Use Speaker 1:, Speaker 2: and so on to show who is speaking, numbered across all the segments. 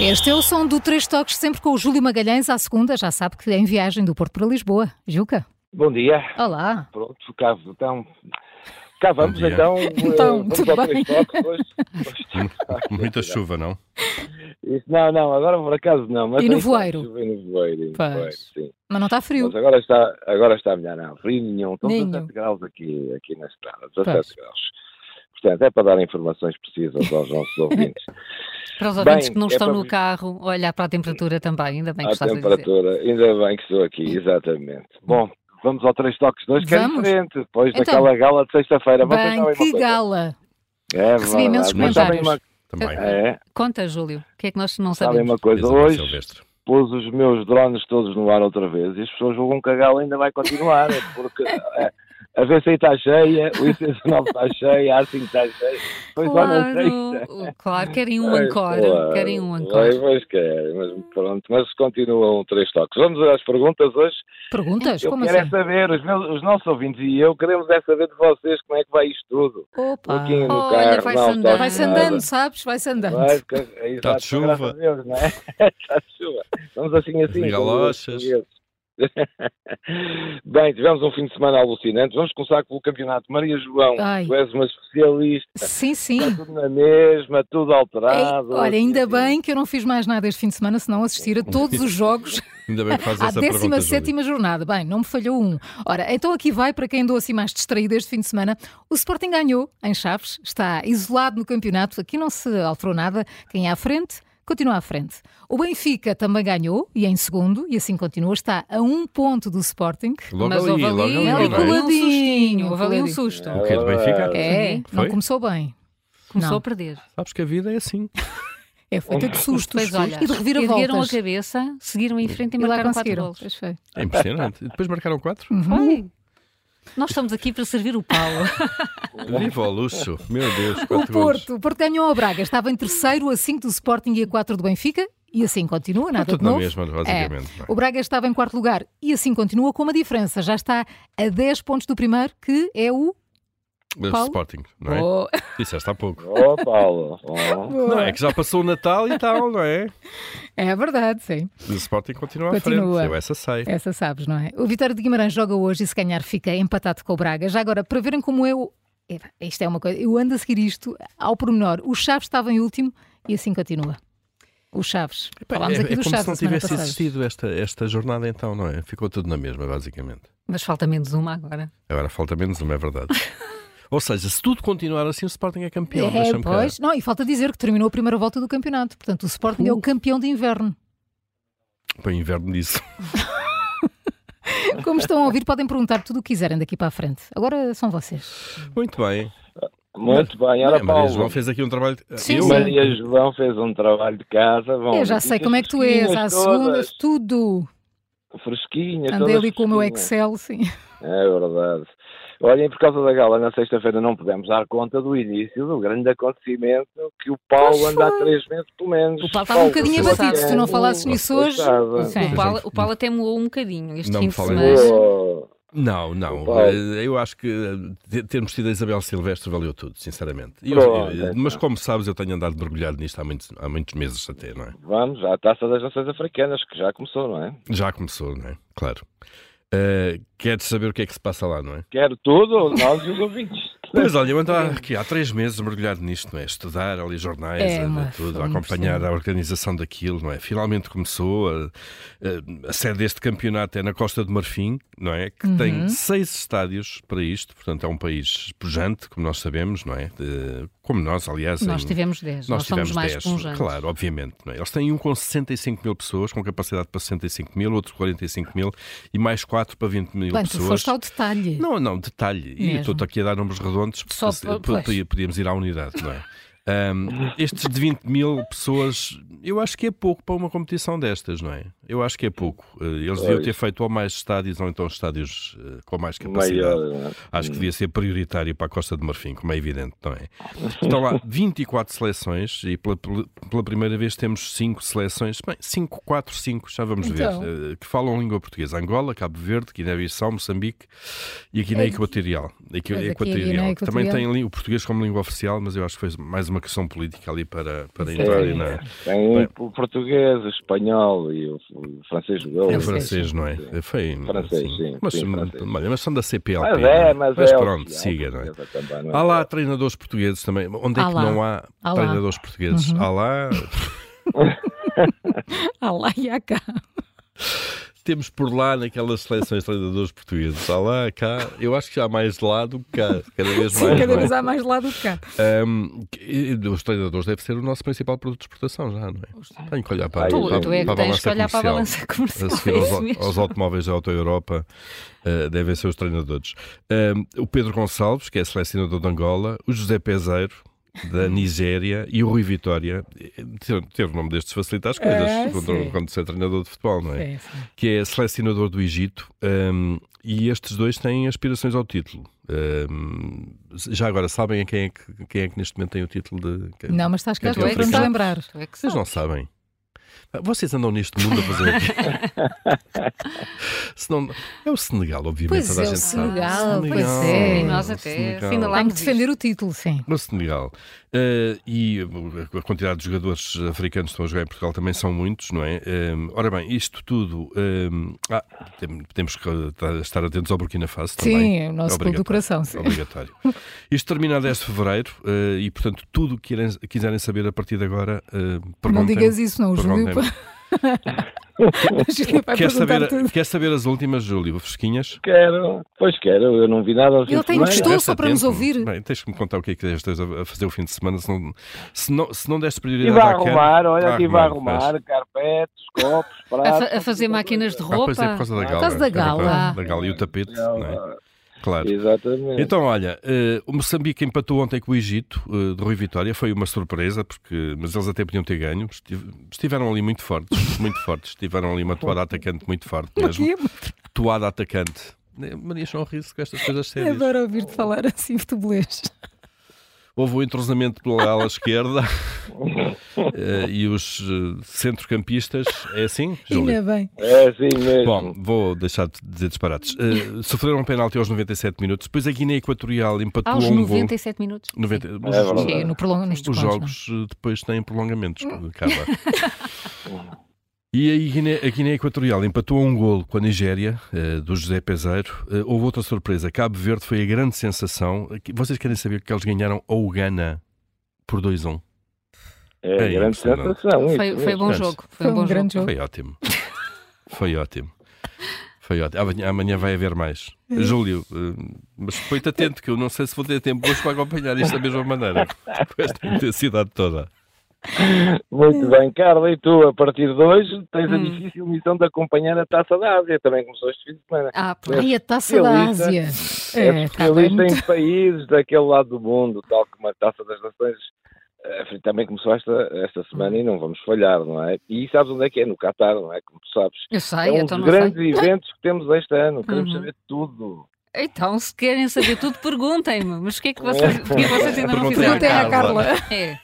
Speaker 1: Este é o som do Três Toques, sempre com o Júlio Magalhães à segunda. Já sabe que é em viagem do Porto para Lisboa. Juca,
Speaker 2: Bom dia.
Speaker 1: olá.
Speaker 2: Pronto, cá, então, cá vamos
Speaker 3: dia.
Speaker 2: então. eh,
Speaker 1: Então,
Speaker 2: vamos
Speaker 1: tudo
Speaker 2: ao
Speaker 1: bem.
Speaker 2: Três Toques hoje. Hoje-
Speaker 3: Muita chuva, não?
Speaker 2: Isso, não, não, agora por acaso não. Mas
Speaker 1: E no
Speaker 2: hoje está
Speaker 1: voeiro?
Speaker 2: chuva e no voeiro, e no
Speaker 1: Pois.
Speaker 2: voeiro, sim.
Speaker 1: Mas não está frio.
Speaker 2: Mas agora está, agora está melhor, não. Frio nenhum. Estão
Speaker 1: Nenhum.
Speaker 2: 17 graus aqui, aqui na estrada,
Speaker 1: Pois.
Speaker 2: 17 graus. Portanto, é para dar informações precisas aos nossos ouvintes.
Speaker 4: Para os
Speaker 2: Bem,
Speaker 4: ouvintes que não
Speaker 2: é
Speaker 4: estão
Speaker 2: para
Speaker 4: no
Speaker 2: vos-
Speaker 4: carro, olhar para a temperatura também, ainda bem
Speaker 2: à
Speaker 4: que estás a dizer.
Speaker 2: temperatura. Ainda bem que estou aqui, exatamente. Bom, vamos ao Três Toques 2, que
Speaker 1: Vamos.
Speaker 2: é diferente. Depois
Speaker 1: Então.
Speaker 2: daquela gala de sexta-feira. Vocês sabem
Speaker 1: Bem,
Speaker 2: uma
Speaker 1: que
Speaker 2: coisa?
Speaker 1: gala.
Speaker 2: É
Speaker 4: Recebi imensos
Speaker 2: verdade, mas sabem
Speaker 4: comentários.
Speaker 3: Também.
Speaker 2: uma- É,
Speaker 4: Conta, Júlio, o que é que nós não
Speaker 2: Sabem
Speaker 4: sabemos? é
Speaker 2: uma coisa,
Speaker 3: Isabel
Speaker 2: hoje
Speaker 3: Silvestre.
Speaker 2: pus os meus drones todos no ar outra vez e as pessoas julgam que a gala ainda vai continuar, porque é, a VCI está cheia, o IC19 está cheia, a A5 está cheia, depois lá na sexta.
Speaker 4: Claro, claro, querem um
Speaker 2: Ai,
Speaker 4: encore,
Speaker 2: claro.
Speaker 4: querem um
Speaker 2: Ai,
Speaker 4: encore.
Speaker 2: Mas querem, mas pronto, mas continuam três toques. Vamos às perguntas hoje.
Speaker 1: Perguntas?
Speaker 2: eu
Speaker 1: Como
Speaker 2: quero
Speaker 1: assim?
Speaker 2: é saber, os, meus- os nossos ouvintes e eu queremos é saber de vocês como é que vai isto tudo.
Speaker 1: Opa.
Speaker 2: Aqui no
Speaker 4: olha,
Speaker 2: carro,
Speaker 4: vai-se
Speaker 2: não,
Speaker 4: andando.
Speaker 2: toque
Speaker 1: Vai-se
Speaker 2: nada.
Speaker 1: andando, sabes? Vai-se andando.
Speaker 2: Vai, que- é
Speaker 3: Tá de
Speaker 2: exato, graças
Speaker 3: chuva.
Speaker 2: a Deus, não é? Está de chuva. Vamos assim, assim.
Speaker 3: Miguel
Speaker 2: como os
Speaker 3: Ochas.
Speaker 2: portugueses. Bem, tivemos um fim de semana alucinante. Vamos começar pelo campeonato. Maria João,
Speaker 1: Ai.
Speaker 2: tu és uma especialista.
Speaker 1: Sim,
Speaker 2: Está
Speaker 1: sim.
Speaker 2: tudo na mesma, tudo
Speaker 1: Ei,
Speaker 2: alterado.
Speaker 1: olha, ainda
Speaker 2: Assim,
Speaker 1: bem que eu não fiz mais nada este fim de semana, senão assistir a todos os jogos
Speaker 3: Ainda bem que fazes
Speaker 1: à
Speaker 3: essa pergunta,
Speaker 1: 17
Speaker 3: Júlio.
Speaker 1: jornada. Bem, não me falhou um. Ora, então aqui vai para quem andou assim mais distraído este fim de semana. O Sporting ganhou em Chaves, está isolado no campeonato, aqui não se alterou nada. Quem é à frente, continua à frente. O Benfica também ganhou e é em segundo, e assim continua, está a um ponto do Sporting.
Speaker 3: Logo
Speaker 4: Mas
Speaker 3: ali,
Speaker 4: houve
Speaker 3: logo
Speaker 4: ali,
Speaker 3: ali.
Speaker 4: houve
Speaker 3: não é?
Speaker 4: ali um
Speaker 1: Coladinho,
Speaker 4: sustinho, houve ali um
Speaker 1: coladinho.
Speaker 4: susto.
Speaker 3: O quê? Do Benfica?
Speaker 1: É, não
Speaker 3: uhum. Foi?
Speaker 1: começou bem.
Speaker 4: Começou
Speaker 1: Não.
Speaker 4: a perder.
Speaker 3: Sabes que a vida é assim.
Speaker 1: É feita de sustos
Speaker 4: Pois olha,
Speaker 1: e de
Speaker 4: ergueram a
Speaker 1: reviravoltas.
Speaker 4: cabeça, seguiram em frente e,
Speaker 1: E lá
Speaker 4: marcaram quatro
Speaker 1: conseguiram.
Speaker 4: golos.
Speaker 1: Pois foi.
Speaker 3: É impressionante. E depois marcaram quatro.
Speaker 4: Foi. Hum. Nós estamos aqui para servir o Paulo.
Speaker 3: Viva ao luxo. Meu Deus,
Speaker 1: O
Speaker 3: quatro golos.
Speaker 1: Porto, o Porto ganhou ao Braga, estava em terceiro, a 5 do Sporting e a 4 do Benfica, e assim continua, nada de
Speaker 3: Tudo na
Speaker 1: novo.
Speaker 3: mesma, basicamente. não é?
Speaker 1: O Braga estava em quarto lugar e assim continua com uma diferença. Já está a 10 pontos do primeiro, que é o.
Speaker 3: Mas
Speaker 1: Paulo?
Speaker 3: Sporting, não é?
Speaker 1: Oh,
Speaker 3: Disseste há pouco.
Speaker 2: Oh, Paulo. oh.
Speaker 3: Não é que já passou o Natal e tal, não é?
Speaker 1: É verdade, sim.
Speaker 3: O Sporting continua à frente.
Speaker 1: Continua.
Speaker 3: Eu essa sei.
Speaker 1: Essa sabes, não é? O Vitória de Guimarães joga hoje e se ganhar fica empatado com o Braga. Já agora, para verem como eu. Epá, Isto é uma coisa. Eu ando a seguir isto ao pormenor. O Chaves estava em último e assim continua. O Chaves. Falámos
Speaker 3: é
Speaker 1: aqui
Speaker 3: é
Speaker 1: do
Speaker 3: como
Speaker 1: Chaves
Speaker 3: se não
Speaker 1: a semana
Speaker 3: tivesse
Speaker 1: passada.
Speaker 3: existido esta, esta jornada então, não é? Ficou tudo na mesma, basicamente.
Speaker 4: Mas falta menos uma agora.
Speaker 3: Agora falta menos uma, é verdade. Ou seja, se tudo continuar assim, o Sporting é campeão.
Speaker 1: É,
Speaker 3: Deixa-me cá.
Speaker 1: pois. Não, e falta dizer que terminou a primeira volta do campeonato. Portanto, o
Speaker 3: Uh.
Speaker 1: Sporting é o campeão de inverno.
Speaker 3: Põe inverno nisso.
Speaker 1: Como estão a ouvir, podem perguntar tudo o que quiserem daqui para a frente. Agora são vocês.
Speaker 3: Muito bem.
Speaker 2: Muito bem,
Speaker 3: Olha,
Speaker 2: ora,
Speaker 3: Maria João
Speaker 2: Paulo.
Speaker 3: fez aqui um trabalho.
Speaker 1: Sim,
Speaker 3: eu,
Speaker 1: sim.
Speaker 2: Maria João fez um trabalho de casa. Vão,
Speaker 1: Eu já sei como é que tu és. À
Speaker 2: fresquinhas
Speaker 1: segunda,
Speaker 2: todas,
Speaker 1: tudo.
Speaker 2: Fresquinha,
Speaker 1: Andei
Speaker 2: todas
Speaker 1: ali com o meu
Speaker 2: fresquinhas.
Speaker 1: Excel, sim.
Speaker 2: É verdade. Olhem, por causa da gala, na sexta-feira não podemos dar conta do início do grande acontecimento que o Paulo anda há três meses, pelo menos.
Speaker 4: O Paulo estava um bocadinho
Speaker 2: você sabe.
Speaker 4: abatido, se tu não
Speaker 1: falasses isso hoje,
Speaker 2: Estava.
Speaker 1: sim.
Speaker 4: O Paulo, o Paulo até moou um bocadinho este
Speaker 3: Não
Speaker 4: fim
Speaker 3: me
Speaker 4: de
Speaker 3: falem
Speaker 4: semana.
Speaker 3: disso.
Speaker 2: Oh,
Speaker 3: Não, não.
Speaker 2: Paulo.
Speaker 3: Eh, Eu acho que eh, te- termos tido a Isabel Silvestre valeu tudo, sinceramente. E eu-
Speaker 2: Pronto,
Speaker 3: eu-
Speaker 2: então.
Speaker 3: mas como sabes, eu tenho andado mergulhado nisto há muitos, há muitos meses até, não é?
Speaker 2: Vamos à Taça das Nações Africanas, que já começou, não é?
Speaker 3: Já começou, não é? Claro. Eh, queres saber o que é que se passa lá, não é?
Speaker 2: Quero tudo, nós e os ouvintes.
Speaker 3: Pois olha, eu ando
Speaker 4: É.
Speaker 3: há- aqui há três meses mergulhado nisto, não é? Estudar ali jornais,
Speaker 1: É
Speaker 3: a- a
Speaker 1: uma-
Speaker 3: tudo, a
Speaker 1: uma
Speaker 3: acompanhar
Speaker 1: impressão.
Speaker 3: a organização daquilo, não é? Finalmente começou, a, eh, a- a sede deste campeonato é na Costa do Marfim, não é? Que
Speaker 4: Uhum.
Speaker 3: tem seis estádios para isto, portanto é um país pujante, como nós sabemos, não é? De- como nós, aliás,
Speaker 4: Nós
Speaker 3: em-
Speaker 4: tivemos 10, nós, somos
Speaker 3: tivemos
Speaker 4: mais
Speaker 3: 10,
Speaker 4: esponjantes.
Speaker 3: Claro, obviamente. Não é? Eles têm um com 65 mil pessoas, com capacidade para 65 mil, outro 45 mil e mais quatro para 20 mil
Speaker 1: Bem, tu
Speaker 3: pessoas.
Speaker 1: foste ao detalhe.
Speaker 3: Não, não, detalhe. E
Speaker 1: Mesmo.
Speaker 3: eu estou-te aqui a dar números redondos porque
Speaker 4: Só
Speaker 3: se-
Speaker 4: por-
Speaker 3: po-
Speaker 4: pois.
Speaker 3: podia- podíamos ir à unidade, não é? Ahm, estes de 20 mil pessoas, eu acho que é pouco para uma competição destas, não é? Eu acho que é pouco. Eh, Eles deviam ter feito ou mais estádios ou então estádios eh, com mais capacidade.
Speaker 2: Maior. não é?
Speaker 3: Acho que devia ser prioritário para a Costa de Marfim, como é evidente, não é? Estão lá 24 seleções e pela, pela primeira vez temos 5 seleções, bem, 5, 4, 5, já vamos
Speaker 5: Então.
Speaker 3: ver, eh, que falam língua portuguesa. Angola, Cabo Verde, Guiné-Bissau, Moçambique e
Speaker 2: É.
Speaker 3: Guiné Equatorial. Equi-
Speaker 5: Mas aqui a Guiné
Speaker 3: Equatorial, que também
Speaker 5: Equatorial-
Speaker 3: tem li- o português como língua oficial, mas eu acho que foi mais uma questão política ali para, para
Speaker 5: Sim.
Speaker 3: entrarem na...
Speaker 2: Tem
Speaker 3: Bem.
Speaker 2: o português, o espanhol e o o francês
Speaker 3: É
Speaker 2: galo.
Speaker 3: francês, não é? Foi.
Speaker 2: Francês,
Speaker 3: assim.
Speaker 2: sim,
Speaker 3: Mas,
Speaker 2: sim, francês.
Speaker 3: olha, mas são da CPLP.
Speaker 2: Mas
Speaker 3: não
Speaker 2: é, mas, é.
Speaker 3: pronto,
Speaker 2: oficial,
Speaker 3: siga, não é?
Speaker 2: portuguesa também, não é?
Speaker 3: Há lá treinadores portugueses também. Onde é
Speaker 4: Há
Speaker 3: que
Speaker 4: lá.
Speaker 3: não há,
Speaker 4: Há lá. Uhum.
Speaker 3: treinadores portugueses? Há lá.
Speaker 5: Ah lá e há cá.
Speaker 3: Temos por lá naquelas seleções de treinadores portugueses. Há lá, cá. Eu acho que já há mais lá do que cá. Cada vez
Speaker 5: Sim,
Speaker 3: mais.
Speaker 5: cada
Speaker 3: não é?
Speaker 5: vez há mais lá do que cá.
Speaker 3: Ahm, que- e os treinadores deve ser o nosso principal produto de exportação já, não é? Tenho que olhar para,
Speaker 2: Ah,
Speaker 4: Tu,
Speaker 3: para,
Speaker 2: eu-
Speaker 4: tu é
Speaker 3: para
Speaker 4: que
Speaker 3: a
Speaker 4: tens
Speaker 3: balança
Speaker 4: que olhar para a
Speaker 3: comercial.
Speaker 4: balança comercial.
Speaker 3: a seguir
Speaker 4: é
Speaker 3: aos,
Speaker 4: isso
Speaker 3: au-
Speaker 4: mesmo.
Speaker 3: aos automóveis da Auto Europa eh, devem ser os treinadores. Ahm, o Pedro Gonçalves, que é selecionador de Angola, o José Peseiro, da Nigéria, e o Rui Vitória. Eh, te- Teve o nome destes facilita as coisas
Speaker 5: Ah, sim.
Speaker 3: quando, quando se é treinador de futebol, não é?
Speaker 5: É, sim.
Speaker 3: Que é selecionador do Egito. ahm, e estes dois têm aspirações ao título. Ahm, já agora, sabem a quem é que, quem é que neste momento tem o título de. quem-
Speaker 5: Não, mas estás cá,
Speaker 3: Quem
Speaker 5: tu
Speaker 3: tem
Speaker 5: é que vamos
Speaker 3: África?
Speaker 5: lembrar.
Speaker 4: Tu é que
Speaker 3: vocês não
Speaker 4: sabes.
Speaker 3: sabem. Ah, Vocês andam neste mundo a fazer. Se não- é o Senegal, obviamente.
Speaker 5: Pois
Speaker 3: toda a
Speaker 5: é, o
Speaker 3: gente sabe.
Speaker 5: Senegal, pois
Speaker 3: Senegal,
Speaker 5: é.
Speaker 4: Nós
Speaker 3: o
Speaker 4: até
Speaker 3: Senegal.
Speaker 4: assinalámos.
Speaker 5: Vamos defender o título, sim.
Speaker 3: No Senegal. Eh, e uh, a quantidade de jogadores africanos que estão a jogar em Portugal também são muitos, não é? Eh, ora bem, isto tudo. eh, ah, tem- temos que estar atentos ao Burkina Faso também.
Speaker 5: Sim, é o nosso clube do
Speaker 3: Obrigatório.
Speaker 5: coração. Sim.
Speaker 3: Obrigatório. Isto termina a 10 de fevereiro eh, e, portanto, tudo o que querem- quiserem saber a partir de agora, eh,
Speaker 5: Não
Speaker 3: perguntem-me.
Speaker 5: digas isso, não. O Júlio,
Speaker 3: Perguntem-me.
Speaker 5: o Júlio vai
Speaker 3: é
Speaker 5: perguntar
Speaker 3: Quer saber,
Speaker 5: tudo.
Speaker 3: quer saber as últimas, Júlio? Fresquinhas?
Speaker 2: Quero, pois quero, eu não vi nada. ao fim
Speaker 1: Ele
Speaker 2: de
Speaker 1: tem
Speaker 2: semana.
Speaker 1: Estou
Speaker 3: Estou
Speaker 1: só para nos ouvir.
Speaker 3: Bem, deixa-me contar o que é que estás a a fazer o fim de semana, se não, se não, se não deste prioridade
Speaker 2: Estive a
Speaker 3: à Ah, cana-
Speaker 2: arrumar, olha,
Speaker 3: a
Speaker 2: estive a
Speaker 3: arrumar,
Speaker 2: arrumar carpetes, copos,
Speaker 4: A,
Speaker 2: pratos.
Speaker 4: fa- a fazer máquinas de
Speaker 3: Ah, pois é, por
Speaker 4: roupa.
Speaker 3: causa da gala.
Speaker 5: causa da
Speaker 3: É verdade,
Speaker 5: gala.
Speaker 3: da gala e o tapete, não é? Claro.
Speaker 2: Exatamente.
Speaker 3: Então, olha, eh, o Moçambique empatou ontem com o Egito, eh, de Rui Vitória, foi uma surpresa, porque, mas eles até podiam ter ganho, Estive- estiveram ali muito fortes, muito fortes, tiveram ali uma toada atacante muito forte
Speaker 1: é
Speaker 3: mesmo.
Speaker 5: Porquê?
Speaker 3: Toada atacante. Eh, Maria, não ri-se com estas coisas sérias.
Speaker 5: Adoro ouvir-te falar assim, futebolês.
Speaker 3: Houve um entrosamento pela ala esquerda eh, e os eh, centrocampistas. É assim, Júlio?
Speaker 5: Ainda bem.
Speaker 2: É assim mesmo.
Speaker 3: Bom, vou deixar de dizer disparates. Eh, sofreram um penalti aos 97 minutos, depois a Guiné Equatorial empatou
Speaker 4: Aos
Speaker 3: um gol.
Speaker 4: 97 minutos.
Speaker 3: 90
Speaker 4: Sim.
Speaker 3: os,
Speaker 2: É verdade.
Speaker 5: Sim, no prolonga nos
Speaker 3: os
Speaker 5: descontos,
Speaker 3: jogos eh, depois têm prolongamentos. Acaba. E aí Guiné- a Guiné Equatorial empatou a um golo com a Nigéria, eh, do José Peseiro. Eh, houve outra surpresa. Cabo Verde foi a grande sensação. Aqui- Vocês querem saber que eles ganharam a Ugana por 2-1.
Speaker 2: é
Speaker 3: é
Speaker 2: grande
Speaker 3: impressionante.
Speaker 2: sensação. isso
Speaker 4: Foi, foi
Speaker 2: mesmo.
Speaker 4: bom
Speaker 3: Portanto,
Speaker 4: jogo. Foi,
Speaker 5: Foi
Speaker 4: um bom
Speaker 5: um grande
Speaker 4: jogo.
Speaker 5: jogo.
Speaker 3: Foi ótimo. Foi ótimo. Foi ótimo. Amanhã, amanhã vai haver mais.
Speaker 5: É
Speaker 3: Júlio, eh, mas foi-te atento que eu não sei se vou ter tempo hoje para acompanhar isto da mesma maneira, com esta intensidade toda.
Speaker 2: Muito bem, Carla, e tu, a partir de hoje, tens a
Speaker 4: Hum.
Speaker 2: difícil missão de acompanhar a taça da Ásia. Também começou este fim de semana.
Speaker 4: Ah, pronto.
Speaker 5: Ai, a taça da
Speaker 2: Realista.
Speaker 5: Ásia.
Speaker 2: É
Speaker 5: tá
Speaker 2: especialista
Speaker 5: bem.
Speaker 2: em países daquele lado do mundo, tal como a Taça das Nações. eh, Também começou esta, esta semana
Speaker 4: Hum.
Speaker 2: e não vamos falhar, não é? E sabes onde é que é? No Catar, não é? Como tu sabes.
Speaker 4: Eu sei,
Speaker 2: é um
Speaker 4: então
Speaker 2: dos
Speaker 4: não
Speaker 2: grandes
Speaker 4: sei.
Speaker 2: eventos que temos este ano. Queremos
Speaker 4: Uhum.
Speaker 2: saber tudo.
Speaker 4: Então, se querem saber tudo, perguntem-me. Mas o que é que vocês, porque é que vocês ainda não
Speaker 3: Perguntem
Speaker 4: fizeram?
Speaker 5: Perguntem à
Speaker 3: Carla.
Speaker 5: Carla.
Speaker 4: É.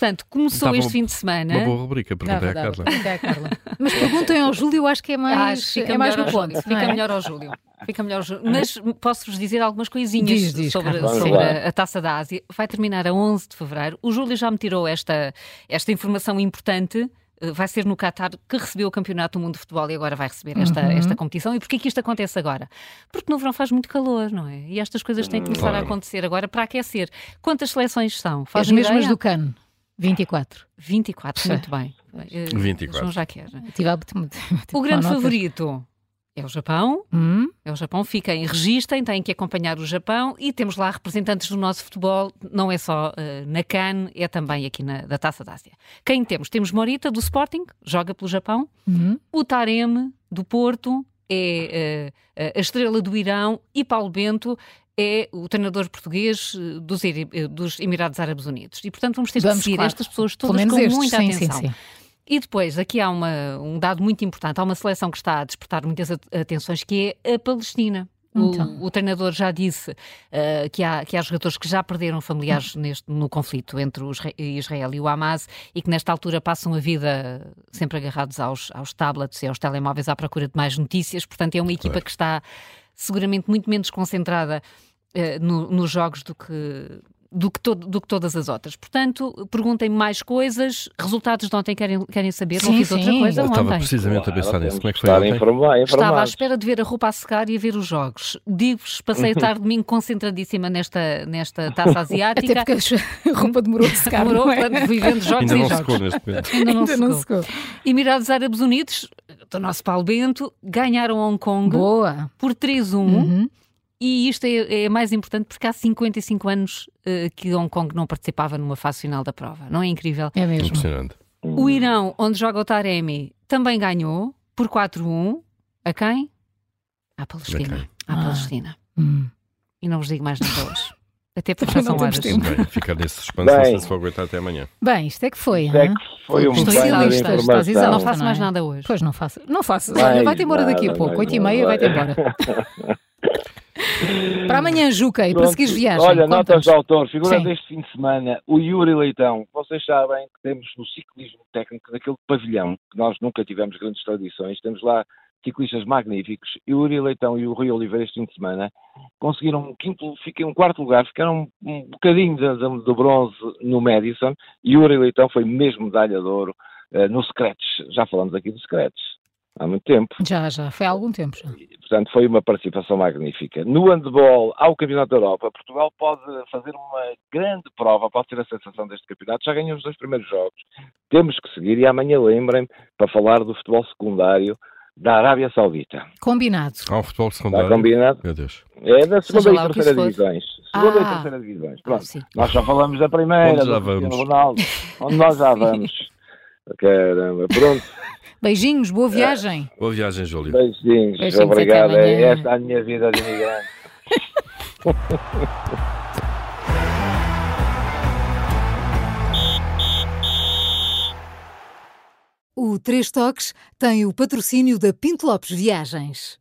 Speaker 4: Portanto, começou
Speaker 3: Dava
Speaker 4: este fim de semana.
Speaker 3: Uma boa rubrica, perguntei
Speaker 5: Né?
Speaker 3: à
Speaker 5: Dava, dava.
Speaker 3: Carla.
Speaker 5: Perguntem à Carla.
Speaker 1: Mas perguntem ao Júlio, eu acho que é mais,
Speaker 4: Acho que fica
Speaker 1: é mais
Speaker 4: melhor
Speaker 1: no
Speaker 4: ao
Speaker 1: ponto.
Speaker 4: Júlio. Fica
Speaker 1: não é?
Speaker 4: melhor ao Júlio. Fica melhor ao Júlio. Mas posso-vos dizer algumas coisinhas
Speaker 5: Diz, diz,
Speaker 4: sobre,
Speaker 5: Carla.
Speaker 4: sobre
Speaker 2: Vamos lá.
Speaker 4: a, a Taça da Ásia. Vai terminar a 11 de fevereiro. O Júlio já me tirou esta, esta informação importante. Eh, Vai ser no Qatar que recebeu o Campeonato do Mundo de Futebol e agora vai receber esta, esta competição. E porquê que isto acontece agora? Porque no verão faz muito calor, não é? E estas coisas têm que começar a
Speaker 3: Claro.
Speaker 4: acontecer agora para aquecer. Quantas seleções são?
Speaker 5: As
Speaker 4: uma
Speaker 5: mesmas
Speaker 4: ideia?
Speaker 5: do Cano. 24.
Speaker 4: 24, muito bem. Eh,
Speaker 3: 24.
Speaker 4: João já quer.
Speaker 1: Tipo
Speaker 5: Tive a... tive a
Speaker 4: O
Speaker 5: tomar
Speaker 4: grande
Speaker 5: notas.
Speaker 4: favorito é o Japão.
Speaker 5: Hum?
Speaker 4: É o Japão, fiquem, registem, têm que acompanhar o Japão e temos lá representantes do nosso futebol, não é só eh, na CAN, é também aqui na, da Taça da Ásia. Quem temos? Temos Morita do Sporting, joga pelo Japão,
Speaker 5: Uhum.
Speaker 4: o Tareme do Porto, é eh, a estrela do Irão e Paulo Bento é o treinador português eh, dos, Eri- eh, dos Emirados Árabes Unidos. E portanto vamos ter
Speaker 5: Vamos,
Speaker 4: que seguir
Speaker 5: claro.
Speaker 4: estas pessoas
Speaker 5: Pelo
Speaker 4: todas
Speaker 5: menos
Speaker 4: com
Speaker 5: estes,
Speaker 4: muita
Speaker 5: sim,
Speaker 4: atenção.
Speaker 5: sim, sim.
Speaker 4: E depois, aqui há uma- um dado muito importante, há uma seleção que está a despertar muitas at- atenções, que é a Palestina. O-
Speaker 5: Então.
Speaker 4: O, treinador já disse ah, que, há, que há jogadores que já perderam familiares neste, no conflito entre os re- Israel e o Hamas e que nesta altura passam a vida sempre agarrados aos, aos tablets e aos telemóveis à procura de mais notícias. Portanto, é uma equipa
Speaker 3: Claro.
Speaker 4: que está seguramente muito menos concentrada eh, no- nos jogos do que, do, que todo- do que todas as outras. Portanto, perguntem mais coisas. Resultados de ontem querem, querem saber?
Speaker 5: Sim,
Speaker 4: não fiz outra
Speaker 5: sim.
Speaker 4: coisa
Speaker 3: Eu estava
Speaker 4: ontem.
Speaker 3: precisamente a
Speaker 2: Claro,
Speaker 3: pensar
Speaker 2: temos
Speaker 3: nisso. Como é que
Speaker 2: de
Speaker 3: foi
Speaker 2: estar
Speaker 3: ontem?
Speaker 2: informa-
Speaker 4: Estava à
Speaker 2: informados.
Speaker 4: espera de ver a roupa a secar e a ver os jogos. Digo-vos, passei a tarde de mim concentradíssima nesta, nesta taça
Speaker 5: Até
Speaker 4: asiática.
Speaker 5: porque a roupa demorou a secar.
Speaker 4: Demorou,
Speaker 5: não é?
Speaker 4: portanto, vivendo jogos
Speaker 3: Ainda
Speaker 4: e
Speaker 3: não
Speaker 4: jogos.
Speaker 3: secou neste momento.
Speaker 4: Ainda não
Speaker 5: Ainda não
Speaker 4: secou.
Speaker 5: secou.
Speaker 4: Emirados Árabes Unidos, do nosso Paulo Bento, ganharam Hong Kong
Speaker 5: Boa.
Speaker 4: por 3-1.
Speaker 5: Uhum.
Speaker 4: E isto é, é mais importante porque há 55 anos eh, que Hong Kong não participava numa fase final da prova. Não é incrível?
Speaker 5: É mesmo.
Speaker 3: Impressionante.
Speaker 5: Uhum.
Speaker 4: O Irão, onde joga o Taremi, também ganhou por 4-1. A quem? À Palestina.
Speaker 3: A quem?
Speaker 4: À
Speaker 5: Ah.
Speaker 4: Palestina.
Speaker 5: Hum.
Speaker 4: E não vos digo mais nada hoje. Até porque já
Speaker 5: Também
Speaker 4: são
Speaker 5: não temos
Speaker 4: horas.
Speaker 5: tempo.
Speaker 3: Bem, ficar nesse suspense, não
Speaker 2: Bem.
Speaker 3: sei se vou aguentar até amanhã.
Speaker 5: Bem, isto é que foi.
Speaker 2: Isto é
Speaker 5: hã?
Speaker 2: que foi um
Speaker 5: Estou
Speaker 2: banho de
Speaker 5: silista, estás
Speaker 4: Eu não
Speaker 5: Não,
Speaker 2: informação.
Speaker 4: faço
Speaker 5: não
Speaker 4: mais
Speaker 5: é?
Speaker 4: nada hoje.
Speaker 5: Pois não faço. Não faço.
Speaker 2: Mais
Speaker 5: Olha, vai-te embora daqui a
Speaker 2: nada,
Speaker 5: pouco.
Speaker 2: mais
Speaker 5: Oito e meia,
Speaker 2: nada.
Speaker 5: vai-te embora. Para amanhã, Juca, e para
Speaker 2: Pronto.
Speaker 5: seguir viagem.
Speaker 2: Olha,
Speaker 5: conta-nos.
Speaker 2: notas de autor, figuras
Speaker 5: Sim.
Speaker 2: deste fim de semana, o Yuri Leitão. Vocês sabem que temos no ciclismo técnico daquele pavilhão, que nós nunca tivemos grandes tradições, temos lá ciclistas magníficos. Yuri Leitão e o Rui Oliveira este fim de semana conseguiram um quinto, fiquem um quarto lugar, ficaram um bocadinho da- da- do bronze no Madison. Yuri Leitão foi mesmo medalha de ouro eh, no Secretos. Já falamos aqui do Secretos há muito tempo.
Speaker 5: Já, já. Foi há algum tempo já.
Speaker 2: Portanto, foi uma participação magnífica. No handball ao Campeonato da Europa, Portugal pode fazer uma grande prova, pode ter a sensação deste campeonato. Já ganhou os dois primeiros jogos. Temos que seguir e amanhã lembrem-me para falar do futebol secundário da Arábia Saudita.
Speaker 5: Combinado.
Speaker 3: Há um futebol
Speaker 2: Está
Speaker 3: secundário.
Speaker 2: combinado?
Speaker 3: Meu Deus.
Speaker 2: É da segunda
Speaker 4: lá o
Speaker 2: e
Speaker 4: que
Speaker 2: terceira
Speaker 4: isso for.
Speaker 2: divisões. Segunda e
Speaker 4: Ah.
Speaker 2: terceira divisões.
Speaker 4: Ah,
Speaker 2: Pronto.
Speaker 4: sim.
Speaker 2: Nós já falamos da primeira,
Speaker 3: Onde
Speaker 2: do
Speaker 3: já
Speaker 2: Cristiano
Speaker 3: vamos.
Speaker 2: Ronaldo, onde nós já vamos. Caramba, pronto.
Speaker 5: Beijinhos,
Speaker 2: Eh,
Speaker 5: boa viagem.
Speaker 3: Boa viagem, Júlio.
Speaker 2: Beijinhos,
Speaker 5: Beijinhos, até
Speaker 2: obrigado. É
Speaker 5: amanhã.
Speaker 2: esta a minha vida de imigrante.
Speaker 1: O Três Toques tem o patrocínio da Pinto Lopes Viagens.